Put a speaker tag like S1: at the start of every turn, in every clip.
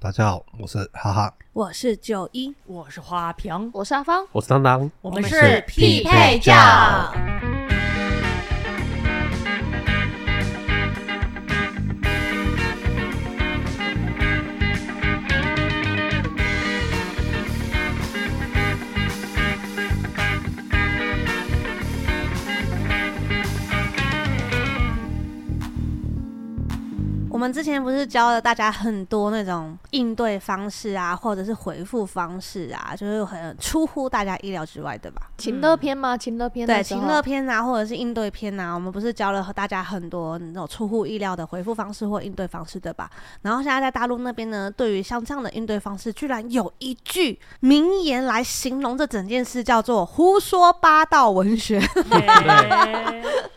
S1: 大家好，我是哈哈。
S2: 我是九一，
S3: 我是花瓶，
S2: 我是阿芳，
S4: 我是当当，
S3: 我
S2: 们
S1: 是
S2: 匹
S1: 配教
S2: 我们之前不是教了大家很多那种应对方式啊，或者是回复方式啊，就是很出乎大家意料之外的吧？
S5: 情乐篇吗？情乐篇
S2: 嗯对，
S5: 的时
S2: 情
S5: 候
S2: 乐篇啊，或者是应对篇啊，我们不是教了大家很多那种出乎意料的回复方式或应对方式，对吧？然后现在在大陆那边呢，对于像这样的应对方式，居然有一句名言来形容这整件事，叫做“胡说八道文学”。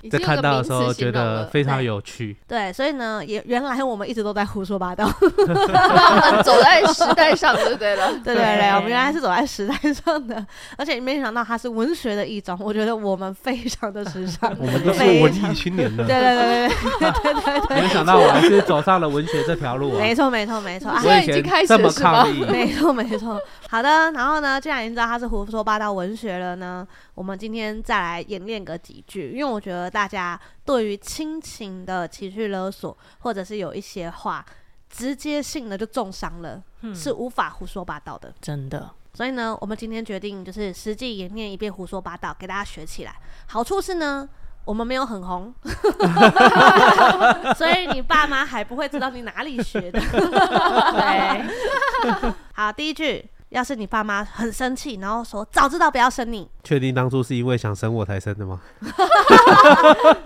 S5: 已
S4: 在
S5: 经有
S4: 看
S5: 个
S4: 到
S5: 名
S4: 的时
S5: 词形
S4: 候觉
S5: 容
S4: 得
S5: 了，
S4: 非常有趣。
S2: 对，所以呢，也原来我们一直都在胡说八道，
S5: 让我们 走在时代上就 对了。
S2: 对对对，我们原来是走在时代上的， 而且没想到它是文学的一种， 我觉得我们非常的时尚，
S4: 我们都是
S2: 非
S4: 文
S2: 常
S4: 艺青年
S2: 对对
S4: 的，
S2: 对对
S4: 没想到我还是走上了文学这条路
S2: 对，
S4: 啊
S2: 没！错没错没错啊
S5: 你，现
S4: 我
S5: 在
S4: 以
S5: 已经
S4: 前
S5: 开始
S4: 这么
S5: 了是吗
S4: 抗
S3: 嗯
S4: 议，
S2: 没错没错。好的，然后呢，既然已经知道它是胡说八道文学了呢，我们今天再来演练个几句，因为我觉得大家对于亲情的情绪勒索，或者是有一些话直接性的就重伤了，是无法胡说八道的。
S3: 嗯真的，
S2: 所以呢，我们今天决定就是实际演练一遍胡说八道，给大家学起来。好处是呢，我们没有很 红，所以你爸妈还不会知道你哪里学的。好，第一句，要是你爸妈很生气，然后说早知道不要生你，
S4: 确定当初是因为想生我才生的吗？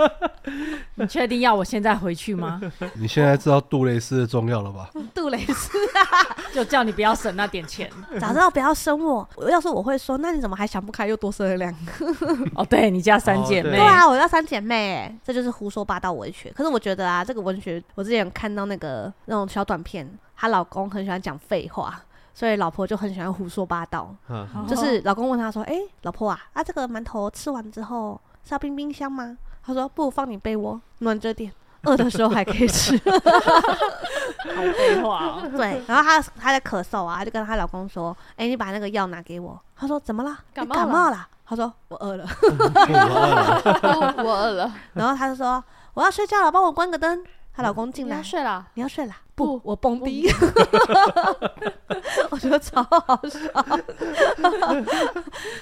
S3: 你确定要我现在回去吗？
S1: 你现在知道杜蕾斯的重要了吧？
S2: 杜蕾斯，
S3: 就叫你不要省那点钱。
S2: 早知道不要生我。要是我会说，那你怎么还想不开，又多生了两个？
S3: 哦，对你家三
S4: 哦
S3: 姐
S4: 对
S3: 妹
S2: 对，啊，我要三姐妹、欸，这就是胡说八道文学。可是我觉得啊，这个文学，我之前有看到那个那种小短片，她老公很喜欢讲废话，所以老婆就很喜欢胡说八道。
S4: 嗯，
S3: 哦
S2: 就是老公问她说：“哎、老婆啊，啊这个馒头吃完之后是要冰冰箱吗？”她说：“不，放你被窝，暖着点。”饿的时候还可以吃，
S3: 好废话哦。
S2: 对。然后她她在咳嗽啊，她就跟她老公说：“哎、你把那个药拿给我。”她说：“怎么了？你
S5: 感冒
S2: 感
S5: 了
S2: 冒了？”她说：“我饿了。”
S5: 不 我饿了，
S2: 然后她就说：“我要睡觉了，帮我关个灯。”她老公 进
S5: 你
S2: 来
S5: 要，睡了。
S2: 你要睡啦？
S5: 不
S2: 我蹦迪， 我觉得超好笑，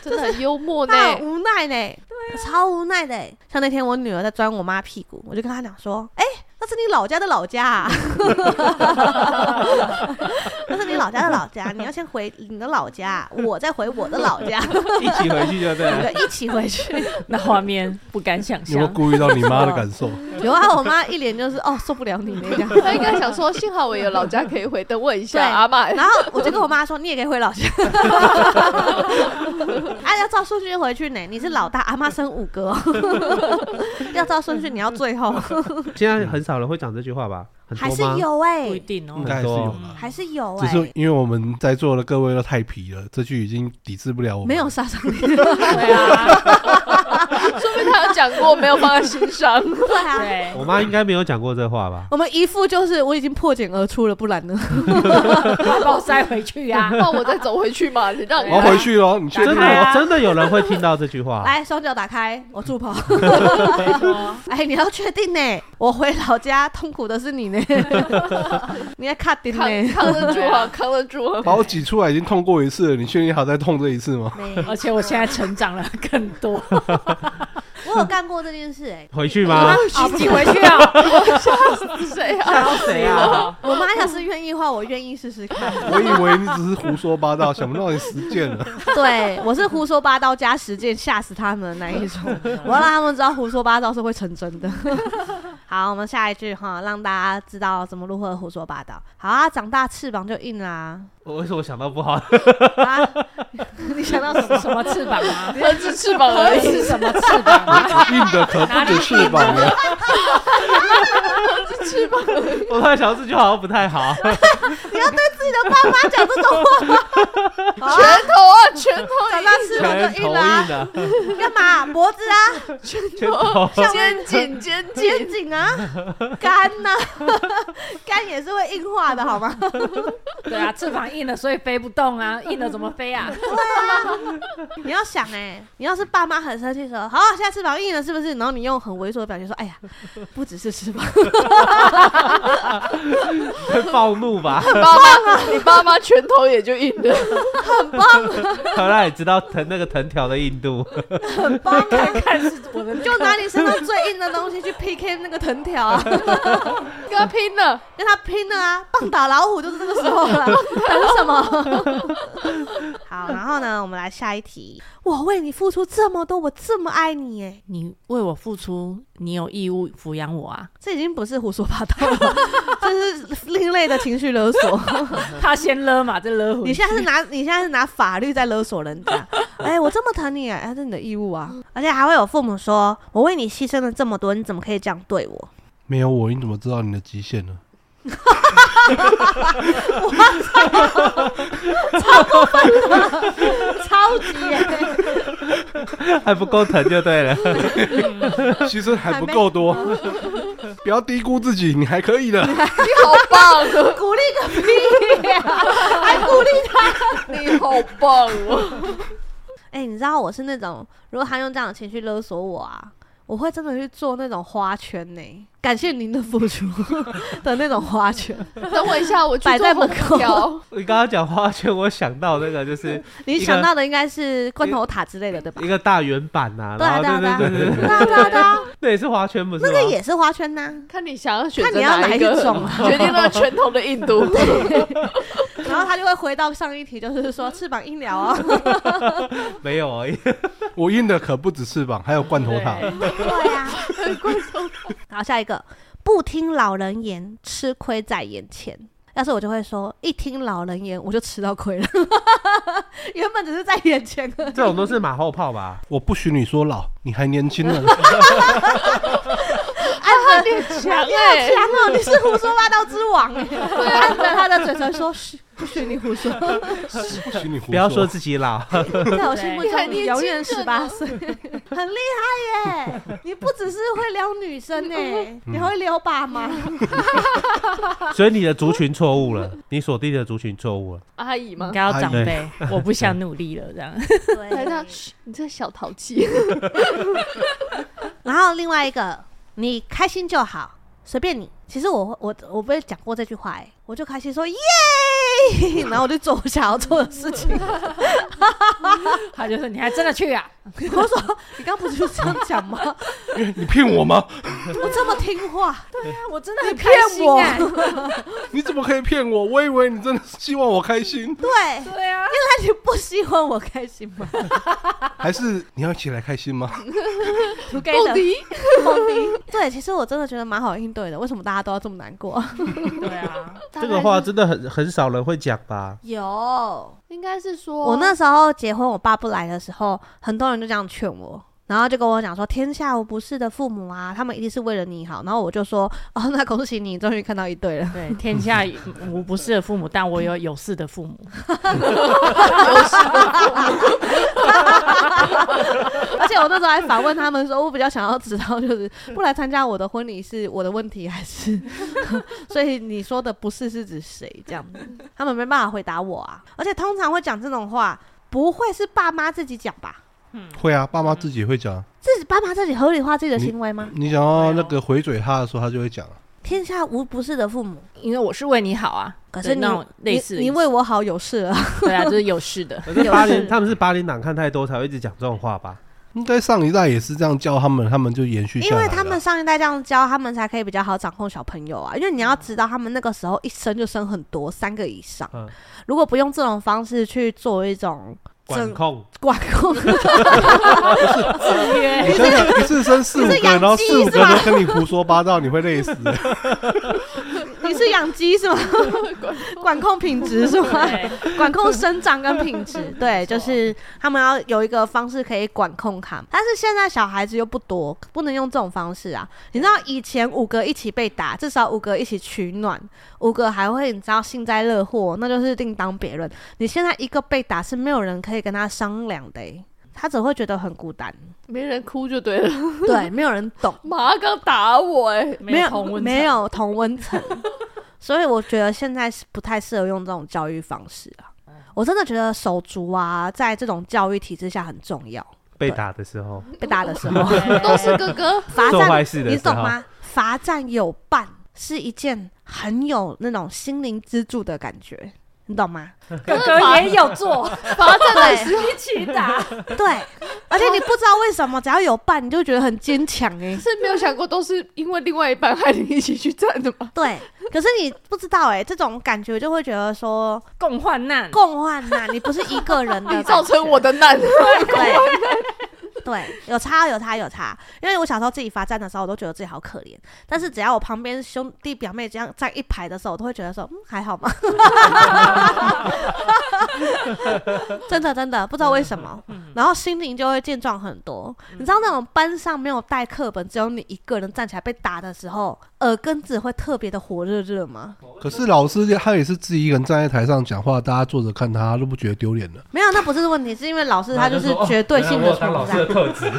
S5: 真的很幽默呢。
S2: 那很无奈呢，
S5: 啊
S2: 超无奈的欸。像那天我女儿在钻我妈屁股，我就跟她讲说：“哎、那是你老家的老家、 啊， 那是你老家的老家，你要先回你的老家，我再回我的老家，
S4: 一起回去就对
S2: 两
S4: 了。
S2: 个一起回去。”
S3: 那画面不敢想
S1: 你有没有
S3: 象。
S1: 顾虑到你妈的感受？
S2: 有啊，我妈一脸就是哦受不了你那样。
S5: 他应该想说，幸好我有老家可以回，等我一下
S2: 对
S5: 阿妈。
S2: 然后我就跟我妈说：“你也可以回老家。” 啊，要照顺序回去呢。你是老大，阿妈生五个 哦，要照顺序，你要最后。
S4: 现在很少人会讲这句话吧？很
S2: 还
S4: 多
S2: 是
S4: 吗？
S2: 有哎、
S3: 不一定哦
S1: 应，该还是有啦，
S2: 还是有
S1: 只
S2: 哎、
S1: 是因为我们在座的各位都太皮了，这句已经抵制不了我们。
S2: 没有，杀伤力。
S3: 对啊，
S5: 说明他有讲过，没有放在心 上。
S2: 对啊，
S3: 对，
S4: 我妈应该没有讲过这话吧？
S2: 我们一副就是我已经破茧而出了，不然呢？
S3: 把包塞回去啊。
S5: 那我再走回去嘛，你让
S1: 我
S5: 我
S1: 要回去喽。你去
S3: 打
S4: 真
S3: 开啊
S4: 的真的有人会听到这句
S1: 啊
S4: 话？
S5: 哎
S2: 来，双脚打开，我助跑。哎，你要确定呢、我回老家，痛苦的是你呢、 你在卡丁呢、
S5: 扛扛得住啊，扛得住啊。
S1: 把我挤出来已经痛过一次了，你确定还要再痛这一次吗？
S2: 没
S3: 而且我现在成长了更多，
S2: 我有干过这件事哎、
S4: 回去吗？
S3: 啊，挤回去啊！
S5: 是谁 啊？
S4: 挑谁啊？
S2: 我妈要是愿意的话，我愿意试试看。
S1: 我以为你只是胡说八道，想不到你实践了。
S2: 对，我是胡说八道加实践，吓死他们的那一种。 我要让他们知道胡说八道是会成真的。 好，我们下一句哈，让大家知道怎么如何胡说八道。好啊，长大翅膀就硬啦、
S4: 我为什么想到不好？
S2: 啊。你想到什么？
S3: 什么翅膀 啊？
S5: 何止翅膀而已，
S3: 是什么翅膀啊？
S1: 硬的可不止翅膀了，
S5: 翅膀而已。
S4: 我突然想到这句好像不 太好。
S2: 你要对自己的爸妈讲这种话吗？ 好啊，
S5: 拳头啊，拳头
S2: 长大翅膀就
S4: 头
S2: 硬
S4: 硬
S2: 啦、
S4: 的，
S2: 干嘛？脖子啊，
S4: 拳头。
S2: 像
S5: 肩颈肩颈，
S2: 肩颈啊，肝 呐、 肝也是会硬化的好吗？
S3: 对啊，翅膀硬了，所以飞不动啊，硬了怎么飞啊？
S2: 你要想哎、你要是爸妈很生气说，好、啊，现在翅膀硬了是不是？然后你用很猥琐的表情说，哎呀，不只是翅膀，
S4: 会暴怒吧？
S5: 爸妈，你爸妈拳头也就硬了。
S4: 他让你知道藤那个藤条的硬度。
S2: 很棒啊！
S3: 看是我的
S2: 就拿你身上最硬的东西去 PK 那个藤条啊，
S5: 跟他拼了，
S2: 跟他拼了啊！棒打老虎就是这个时候 了，等什么？ 好，然后呢，我们来下一题。我为你付出这么多，我这么爱你哎、
S3: 你为我付出，你有义务抚养我啊！
S2: 这已经不是胡说八道了， 这是另类的情绪勒索。
S3: 他先勒嘛，再勒
S2: 你
S3: 回去。
S2: 现在是拿你现在是拿法律在勒索人家，哎、我这么疼你、哎，这是你的义务啊，而且还会有父母说，我为你牺牲了这么多，你怎么可以这样对我？
S1: 没有我，你怎么知道你的极限呢？
S2: 超级耶、
S4: 还不够疼就对了。
S1: 其实还不够多， 不要低估自己，你还可以 的。
S5: 你好棒，啊
S2: 鼓励个屁呀、 还鼓励他？
S5: 你好棒 哦！
S2: 哎、你知道我是那种，如果他用这样的情绪勒索我啊，我会真的去做那种花圈呢、感谢您的付 出的那种花圈，
S5: 等我一下，我去
S2: 摆
S5: 做
S2: 在门口
S5: 红条。
S4: 你刚刚讲花圈，我想到那个就是
S2: 你
S4: 一个
S2: 想到的应该是罐头塔之类的，对吧
S4: 一？个大圆板呐、
S2: 对
S4: 然
S2: 啊
S4: 后
S2: 对啊对啊
S4: 对对对对，
S2: 对啊对啊对啊，
S4: 那也是花圈不是吗？
S2: 那个也是花圈呐、
S5: 看你想要选
S2: 看
S5: 择
S2: 你要哪
S5: 一
S2: 一
S5: 个，
S2: 种啊
S5: 决定了拳头的硬 度。
S2: 然后他就会回到上一题，就是说翅膀硬了啊。
S4: 没有 而已。
S1: 我硬的可不止翅膀，还有罐头塔。
S2: 对呀、然后下一个，不听老人言，吃亏在眼前。要是我就会说，一听老人言，我就吃到亏了。 原本只是在眼前而已
S4: 这种都是马后炮 吧？
S1: 我不许你说老，你还年轻呢。
S2: 按着你
S5: 强哎
S2: 好哎强哦，你是胡说八道之王哎！按着他的嘴唇说，嘘，不许你胡说，
S1: 不许你胡
S4: 不要说自己老，
S2: 在我心目
S5: 你还
S2: 中你
S5: 年
S2: 永
S5: 轻
S2: 远十
S5: 人
S2: 八
S5: 哦
S2: 岁，很厉害耶！你不只是会撩女生哎，你还会撩爸妈。
S4: 所以你的族群错误了，你锁定的族群错误了。
S5: 阿姨吗
S3: 应？该要长
S1: 哎
S3: 辈，我不想努力了，这样。
S5: 来 到，嘘你这小淘 气，
S2: 然后另外一个，你开心就好，随便你。其实我我我不会讲过这句话、欸，我就开心说耶， 然后我就做我想要做的事情。
S3: 他就说：“你还真的去啊
S2: 我说 你刚不就是这样讲吗？
S1: 你骗我吗？
S2: 我这么听话，？”
S3: 啊，我真的
S2: 你
S3: 很
S2: 骗我，
S1: 你怎么可以骗我？我以为你真的希望我开心，
S2: 对，原
S3: 对啊，
S2: 来你不希望我开心吗？
S1: 还是你要一起来开心吗？
S2: 不给
S5: 蹦
S2: 的，
S5: 迪，
S2: 对，其实我真的觉得蛮好应对的。为什么大家都要这么难过？
S3: 对啊，
S4: 这个话真的很很少人会讲吧？
S2: 有，
S5: 应该是说，
S2: 我 那时候结婚，我爸不来的时候，很多人就这样劝我，然后就跟我讲说：“天下无不是的父母啊，他们一定是为了你好。”然后我就说：“哦，那恭喜你，终于看到一对 了。
S3: 对，天下无不是的父母，但我有有事的父母。
S2: 而且我那时候还反问他们说：“我比较想要知道，就是不来参加我的婚礼是我的问题，还是 所以你说的不是是指谁这样子？”他们没办法回答我啊。而且通常会讲这种话，不会是爸妈自己讲吧？
S1: 会啊，爸妈自己会讲。
S2: 自己爸妈自己合理化自己的行为吗？
S1: 你想要那个回嘴他的时候，他就会讲啊。
S2: 天下无不是的父母。
S3: 因为我是为你好啊，
S2: 可是
S3: 对
S2: 你
S3: 那种类
S2: 你
S3: 似
S2: 你为我好有事了，
S3: 对啊，就是有事的，
S4: 可是八
S2: 有
S4: 零
S2: 事
S4: 他们是八零党看太多才会一直讲这种话吧？
S1: 应该上一代也是这样教他们，他们就延续下
S2: 因
S1: 来了。
S2: 为他们上一代这样教，他们才可以比较好掌控小朋友啊。因为你要知道，他们那个时候一生就生很多，三个以上。
S4: 嗯
S2: 如果不用这种方式去做一种
S4: 管
S2: 整
S4: 控，
S2: 管控，
S3: 制约
S1: 你想想，一次生四五
S2: 你是
S1: 个，
S2: 养
S1: 然后四五
S2: 鸡
S1: 个
S2: 是吧
S1: 都跟你胡说八道，你会累死。
S2: 你是养鸡是吗？管控品质是吗？
S3: 对
S2: 管控生长跟品质，对，就是他们要有一个方式可以管控他们。但是现在小孩子又不多，不能用这种方式啊。你知道以前五个一起被打，至少五个一起取暖，五个还会你知道幸灾乐祸，那就是另当别论。你现在一个被打是没有人可以跟他商量的、欸，他只会觉得很孤单，
S5: 没人哭就对了。
S2: 对，没有人懂。
S5: 马上刚打我哎、
S3: 没有同温层
S2: 没有同温 层，所以我觉得现在是不太适合用这种教育方式啊。
S3: 哦
S2: 我真的觉得手足啊，在这种教育体制下很重要。
S4: 被打的时候，
S2: 被打的时 候，
S5: 都是哥 哥，
S2: 罚
S4: 做坏
S2: 站，
S4: 事的
S2: 你
S4: 时
S2: 懂
S4: 候，
S2: 吗？罚站有伴是一件很有那种心灵支柱的感觉，你懂吗？
S3: 哥哥也有做，
S5: 罚站的时候
S3: 一起打，
S2: 对，而且你不知道为什么，只要有伴，你就觉得很坚强哎。
S5: 是没有想过，都是因为另外一半害你一起去站的吗？
S2: 对，可是你不知道哎、这种感觉就会觉得说
S3: 共患难。
S2: 共患难，你不是一个人的 感觉，
S5: 你造成我的难，
S2: 对，对，有差有差有差。因为我小时候自己罚站的时候，我都觉得自己好可怜。但是只要我旁边兄弟表妹这样站一排的时候，我都会觉得说，嗯，还好嘛。 真的真的，不知道为什么，
S4: 嗯
S2: 然后心灵就会健壮很多。你知道那种班上没有带课本，只有你一个人站起来被打的时候，耳根子会特别的火热热吗？
S1: 可是老师他也是自己一个人站在台上讲话，大家坐着看他，他都不觉得丢脸了。
S2: 没有，那不是问题，是因为老师他就是
S4: 说哦
S2: 绝对性
S4: 原来我
S2: 的
S4: 有当
S2: 存
S4: 老师
S2: 在
S4: 的。特质，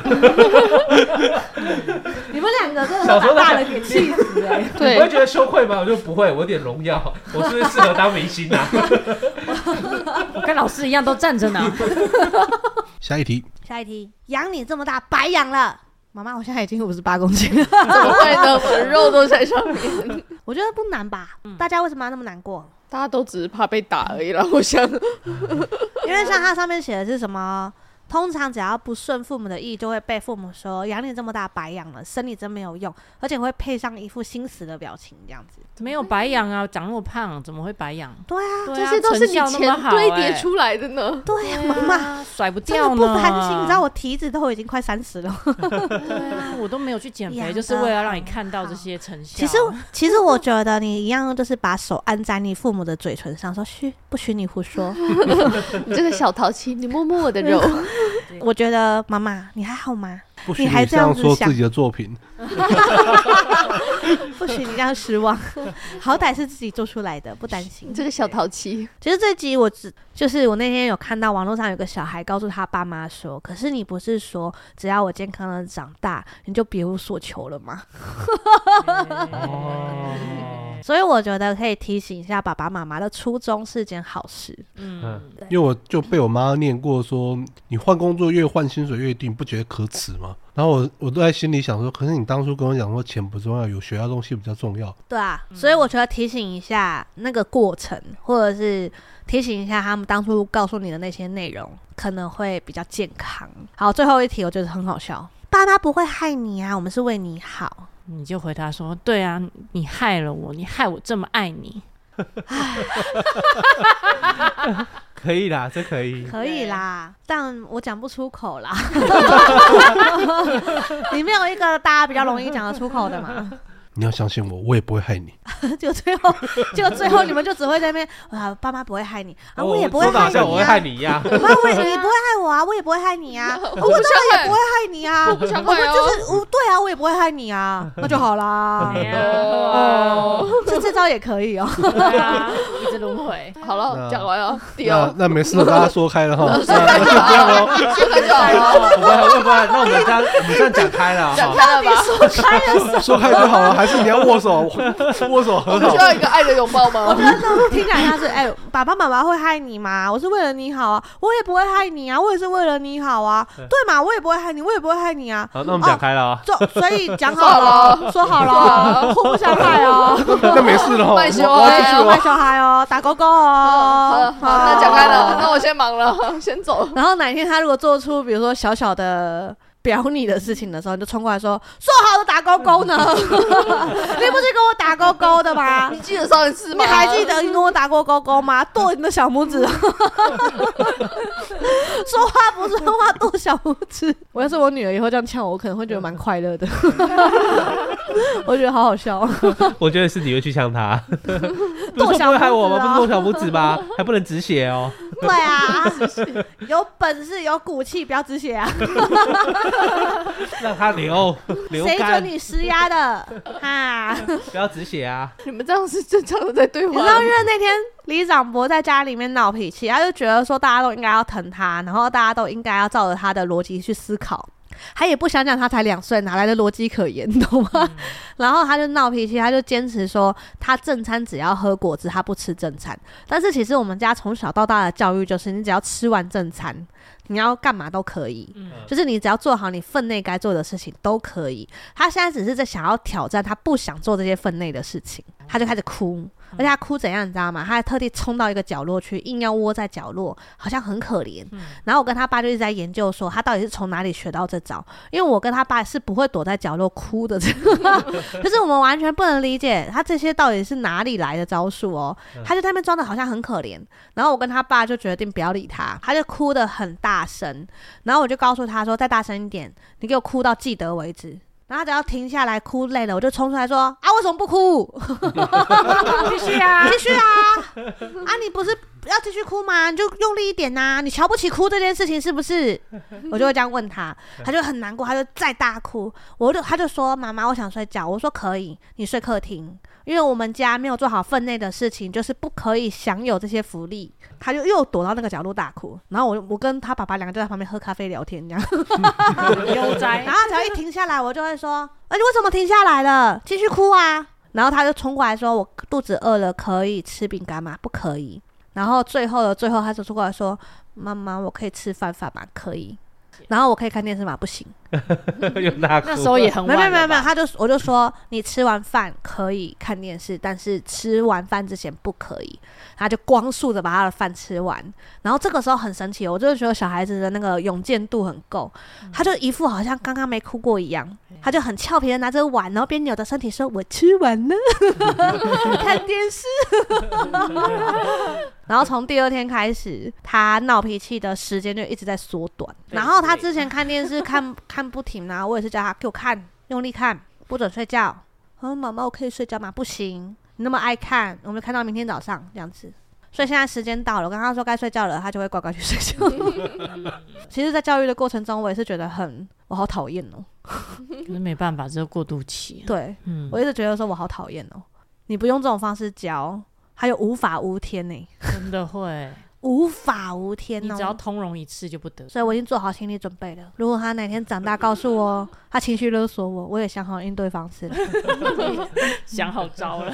S2: 你们两个真的
S4: 小时
S2: 是
S4: 候
S2: 把大
S4: 那
S2: 人给气死了、
S4: 我会
S5: 对，
S4: 觉得羞愧吗？我就不会，我有点荣耀，我是不是适合当明星啊？
S3: 我跟老师一样都站 着呢，
S1: 下一题，
S2: 下一题，养你这么大白养了。妈妈，我现在已经五十八公斤了，
S5: 怎么会呢？我的肉都在上面，
S2: 我觉得不难吧？大家为什么要那么难过？
S5: 大家都只是怕被打而已啦。我想，
S2: 因为像它上面写的是什么？通常只要不顺父母的意，就会被父母说养你这么大白养了，生你真没有用，而且会配上一副心死的表情这样子。
S3: 没有白养啊，长那么胖怎么会白养？
S2: 对啊，
S3: 对
S5: 这
S3: 啊
S5: 些都是你
S3: 成效那么
S5: 钱
S3: 好
S5: 堆
S3: 哎
S5: 叠出来的呢。
S2: 对呀、
S3: 对
S2: 妈妈。
S3: 啊甩不
S2: 真的
S3: 掉呢。
S2: 不贪心，你知道我体脂都已经快三十了。
S3: 对啊，我都没有去减
S2: 养
S3: 肥，
S2: 得
S3: 就是为了让你看到这些成效。
S2: 其实，其实我觉得你一样就是把手按在你父母的嘴唇上，说嘘，不许你胡 说。
S5: 你这个小淘气，你摸摸我的肉，
S2: 我觉得妈妈，你还好吗？
S1: 不许
S2: 你还
S1: 你
S2: 这
S1: 这
S2: 样
S1: 样
S2: 子
S1: 说
S2: 想
S1: 自己的作品。
S2: 不许你这样失望，好歹是自己做出来的，不担心
S5: 你。这个小淘气，
S2: 其实这集我只就是我那天有看到网络上有个小孩告诉他爸妈说：“可是你不是说只要我健康的长大，你就别无所求了吗？” 所以我觉得可以提醒一下爸爸妈妈的初衷是件好事。
S3: 嗯，
S1: 因为我就被我妈念过说，你换工作越换薪水越低，你不觉得可耻吗？然后我我都在心里想说，可是你当初跟我讲说钱不重要，有学到东西比较重要。
S2: 对啊，
S4: 嗯
S2: 所以我觉得提醒一下那个过程，或者是提醒一下他们当初告诉你的那些内容，可能会比较健康。好，最后一题我觉得很好笑，爸妈不会害你啊，我们是为你好。
S3: 你就回答说：“对啊，你害了我，你害我这么爱你。
S4: 可以啦，这可以。
S2: 可以啦，但我讲不出口啦。 你没有一个大家比较容易讲得出口的嘛？
S1: 你要相信我，我也不会害你。
S2: 就最后，就最后你们就只会在那边啊，爸妈不会害你啊，我也不会
S4: 哦说
S2: 害
S4: 得好
S2: 你、啊，
S4: 像我会害你一样。
S2: 妈，我也你不会害我啊，我也不会害你啊，我真的也不会害你啊，
S5: 我不想
S2: 我
S5: 害
S2: 们
S5: 哦
S2: 就是我对啊，我也不会害你啊，那就好啦
S3: 哎呀
S5: 哦，
S2: 这这招也可以哦。
S3: 对啊，一直轮 回。
S5: 好了，
S1: 那
S5: 讲完了，第
S1: 那
S2: 哦
S5: 二，
S1: 那没事，大家说开了 哈。那
S5: 这样哦，这样哦，
S4: 不会，会不会？那我们这样，我们这样讲开了
S5: 讲
S4: 哈。
S5: 开了吧？
S1: 说开就好了，还是你要握手，握手
S5: 我
S1: 很
S5: 们
S1: 好
S5: 需。要一个爱的拥抱
S2: 我
S5: 吗
S2: 觉？得这种听起来像是，哎，爸爸妈妈会害你吗？我是为了你好啊，我也不会害你啊，我也是为了你好啊，对嘛，我也不会害你，我也不会害你啊。
S4: 好，那我们讲开了啊。
S2: 就所以讲好了，哦说 好了，互不相害哦，
S1: 那没事了哈，
S5: 慢修
S1: 我我要继续
S5: 哎
S1: 了
S2: 卖。小孩哦，打勾勾
S5: 好
S2: 哦
S5: 了，。嗯好，那讲开了，那我先忙了，先走。
S2: 然后哪一天他如果做出比如说小小的 表你的事情的时候，你就冲过来说：“说好的打勾勾呢？ 你不是跟我打勾勾的吗？”
S5: 你记得上一次
S2: 你
S5: 吗？
S2: 还记得你跟我打过勾勾吗？剁你的小拇指， 说话不算话，剁小拇指。我要是我女儿以后这样呛我，我可能会觉得蛮快乐的， 我觉得好好笑。哦
S4: 我觉得是你会去呛他，不
S2: 剁
S4: 是说
S2: 小
S4: 不会害我
S2: 拇指
S4: 吗？不
S2: 啊
S4: 是剁小拇指吗？还不能止血哦。
S2: 对 啊，有本事有骨气，不要止血啊！
S4: 让它流流
S2: 谁准
S4: 干，
S2: 你施压的？ 哈！
S4: 不要止血啊！
S5: 你们这样是正常的在对
S2: 你
S5: 话
S2: 知
S5: 吗。
S2: 道，因为那天李长博在家里面闹脾气，他就觉得说大家都应该要疼他，然后大家都应该要照着他的逻辑去思考。他也不想想，他才两岁，哪来的逻辑可言，你懂吗？ 然后他就闹脾气，他就坚持说他正餐只要喝果汁，他不吃正餐。但是其实我们家从小到大的教育就是，你只要吃完正餐，你要干嘛都可以，就是你只要做好你分内该做的事情都可以。他现在只是在想要挑战，他不想做这些分内的事情，他就开始哭。而且他哭怎样，你知道吗？他还特地冲到一个角落去，硬要窝在角落，好像很可怜。然后我跟他爸就一直在研究说，他到底是从哪里学到这招？因为我跟他爸是不会躲在角落哭的，就是我们完全不能理解他这些到底是哪里来的招数哦。他就在那边装的好像很可怜，然后我跟他爸就决定不要理他，他就哭得很大声，然后我就告诉他说，再大声一点，你给我哭到记得为止。然后他只要停下来哭累了，我就冲出来说：“啊，为什么不哭？”
S3: 继续啊，
S2: 继续啊！啊，你不是要继续哭吗？你就用力一点呐、你瞧不起哭这件事情是不是？我就会这样问他，他就很难过，他就再大哭。我就他就说：“妈妈，我想睡觉。”我说：“可以，你睡客厅，因为我们家没有做好分内的事情，就是不可以享有这些福利。”他就又躲到那个角落大哭。然后我我跟他爸爸两个就在旁边喝咖啡聊天这样。
S3: 悠 哉
S2: 然。后只要一停下来，我就会说：“哎、你为什么停下来了？继续哭啊！”然后他就冲过来说：“我肚子饿了，可以吃饼干吗？不可以。”然后最后的最后，他就冲过来说：“妈妈，我可以吃饭饭吗？可以。”然后我可以看电视吗？不行。
S4: 又大哭。
S3: 那时候也很
S2: 没有没
S3: 晚了吧，
S2: 有没有没有，他就我就说你吃完饭可以看电视，但是吃完饭之前不可以。他就光速的把他的饭吃完，然后这个时候很神奇，哦我就觉得小孩子的那个勇健度很够，
S3: 嗯
S2: 他就一副好像刚刚没哭过一样，
S3: 哎
S2: 他就很俏皮的拿着碗，然后边扭着身体说：“我吃 完了，看电视。” 然后从第二天开始，他闹脾气的时间就一直在缩短。
S3: 对
S2: 然后他之前看电视看看不停啊，我也是叫他给我看，用力看，不准睡觉。我说哦妈妈，我可以睡觉吗？不行，你那么爱看，我们就看到明天早上这样子。所以现在时间到了，我跟他说该睡觉了，他就会乖乖去睡 觉。其实，在教育的过程中，我也是觉得很，我好讨厌哦。
S6: 可 是没办法，这是过渡期、啊。
S2: 对
S6: 嗯
S2: 我，一直觉得说我好讨厌哦，你不用这种方式教，还有无法无天呢、
S6: 真的会，
S2: 无法无 天
S6: 你只要
S2: 哦。
S6: 通融一次就不得。
S2: 所以我已经做好心理准备了。如果他哪天长大告诉我他情绪勒索我，我也想好应对方式了。
S6: 想好招了，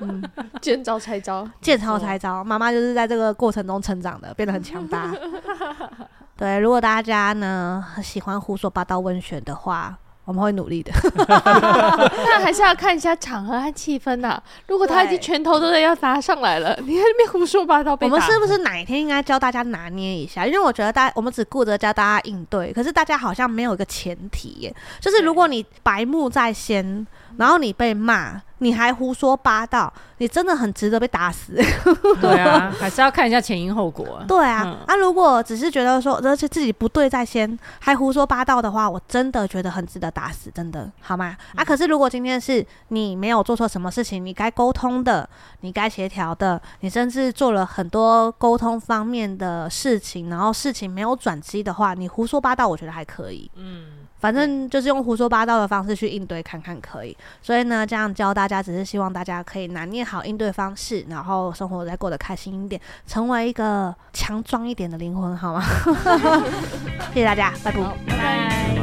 S2: 嗯，
S5: 见招拆招，
S2: 见招拆招，妈妈就是在这个过程中成长 的，变得很强大。对，如果大家呢喜欢胡说八道温选的话，我们会努力的。
S5: 那还是要看一下场合和气氛呐、如果他已经
S2: 对
S5: 拳头都要拿上来了，你还在那边胡说八道 被
S2: 我
S5: 打，
S2: 们是不是哪一天应该教大家拿捏一下？因为我觉得大家我们只顾着教大家应对，可是大家好像没有一个前提耶，就是如果你白目在
S5: 嗯
S2: 先，然后你被骂，你还胡说八道，你真的很值得被打死。
S6: 对啊，还是要看一下前因后果啊。
S2: 对啊，
S6: 嗯
S2: 啊，如果只是觉得说，而且自己不对在先，还胡说八道的话，我真的觉得很值得打死，真的好吗？啊，可是如果今天是你没有做错什么事情，你该沟通的，你该协调的，你甚至做了很多沟通方面的事情，然后事情没有转机的话，你胡说八道，我觉得还可以。
S6: 嗯，
S2: 反正就是用胡说八道的方式去应对，看看可以。所以呢，这样教大家，只是希望大家可以拿捏好应对方式，然后生活再过得开心一点，成为一 个强壮一点的灵魂，好吗？谢谢大家，拜拜。
S3: 好，拜拜。